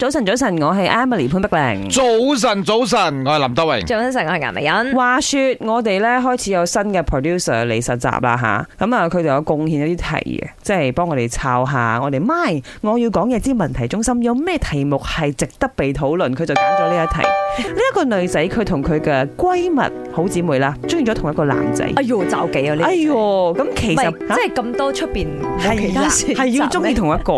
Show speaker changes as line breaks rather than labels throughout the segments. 早晨，早晨，我係 Emily 潘碧玲。
嗯早晨，早晨，我係林德榮。
早晨，我係顏美欣。
話說我哋咧開始有新嘅 producer 嚟實習啦吓，咁啊佢哋有貢獻一啲題嘅，即係幫我哋抄下我哋 my 我要講嘢之問題中心有咩題目係值得被討論，佢就揀咗呢一題。呢一個女仔佢同佢嘅閨蜜好姊妹啦，中意咗同一個男仔。
哎呦，就幾啊呢？
哎，喲，咁其
唔
實啊
係
嚇
即係咁多出邊冇其
係啦，
他選擇
係要中意 同一 個。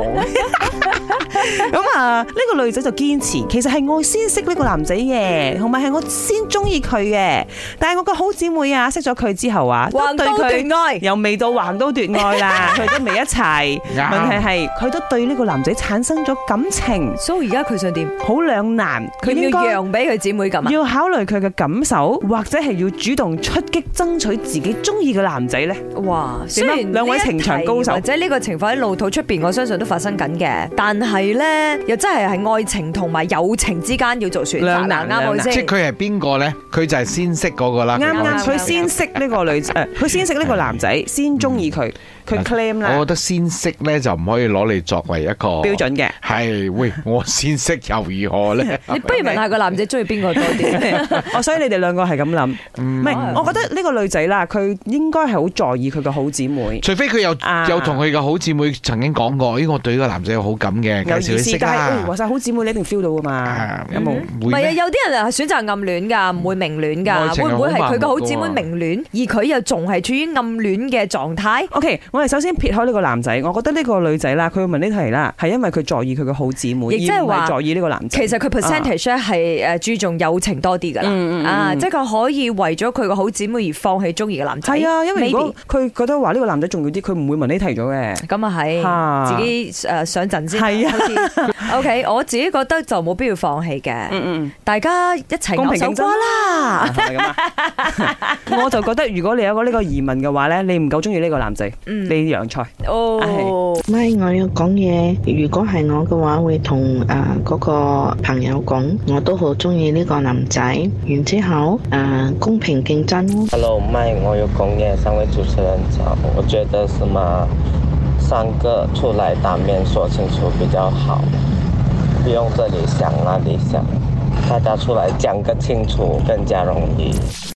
咁啊，呢個女仔就堅持，其實係我先識呢個男仔嘅，同埋係我先中意佢嘅。但係我個好姊妹啊，識咗佢之後啊，
橫
對
刀
佢
斷愛。
又未到橫刀奪愛 啦，佢都未一齊。
啱
啊
問題係佢都對呢個男仔產生咗感情，
所以而家佢想點？
好兩難。佢
佢
應
要
該
讓俾佢姊妹咁啊？
要考慮佢嘅感受，或者係要主動出擊，爭取自己中意嘅男仔呢。
哇！雖
點啊
然
兩位
呢一
情場高手
題或者呢個情況喺路途出邊，我相信都發生緊嘅。但係咧，又真係係愛情同埋友情之間要做選擇
兩
啦，
難
啱我
兩難
即係
先。
佢係邊個咧？佢就係先識嗰個啦。
啱
啱
啱
啱
佢先識呢個女仔，誒佢先識呢個男仔，先中意佢，佢 claim
我覺
啦
得先識咧就唔可以攞嚟作為一個
嗯標。準嘅。
係喂，我先識又如何咧？
你不如問下個男仔中意邊個多啲？
哦，所以你哋兩個係咁諗，唔係，我覺得呢個女仔啦，佢應該係好在意佢個好姊妹。
除非佢有
啊
有同佢嘅好姊妹曾經講過，咦，我對呢個男仔有好感嘅，介
有
紹
意
你
思
識，
但係
啦
哎話。晒好姊妹，你一定 feel 到噶嘛
啊？
有冇？
嗯
唔
會
係啊，
咩？
有啲人係選擇暗戀㗎，唔會明戀
愛
㗎。
情係
會唔會係佢個
好
好
盲目
姊妹
㗎喎
明戀，而佢又仲係處於暗戀嘅狀態？
OK，我哋首先撇開呢個男仔，我覺得呢個女仔啦，佢會問呢題啦，係因為佢在意佢個好姊妹，而
亦即係
唔係
話
在意呢個男仔。
其實佢 percentage 咧係誒呃注重友情多啲㗎
啊嗯嗯嗯
啦，啊，即係佢可以為咗佢個好姊妹而放棄中意嘅男仔。
係啊，因為如果
Maybe
佢覺得話呢個男仔重要啲，佢唔會問呢題咗嘅。
咁
啊
啊係，自己誒上陣先。
係啊
啊，OK，我自己覺得就冇必要放棄嘅，
嗯。
大家一齊
公
咬
平
手
競爭
瓜啦。
係咪咁啊 我就覺得如果你有個呢個疑問嘅話咧，你唔夠中意呢個男仔，
嗯
你洋菜。
哦，
咪我要講嘢，如果係我嘅話，會同啊嗰個朋友講，我都好中意呢個男仔。然之後啊，公平競爭咯。
Hello，麦，我有工业三位主持人早。我觉得什么三个出来当面说清楚比较好，不用这里想那里想，大家出来讲个清楚更加容易。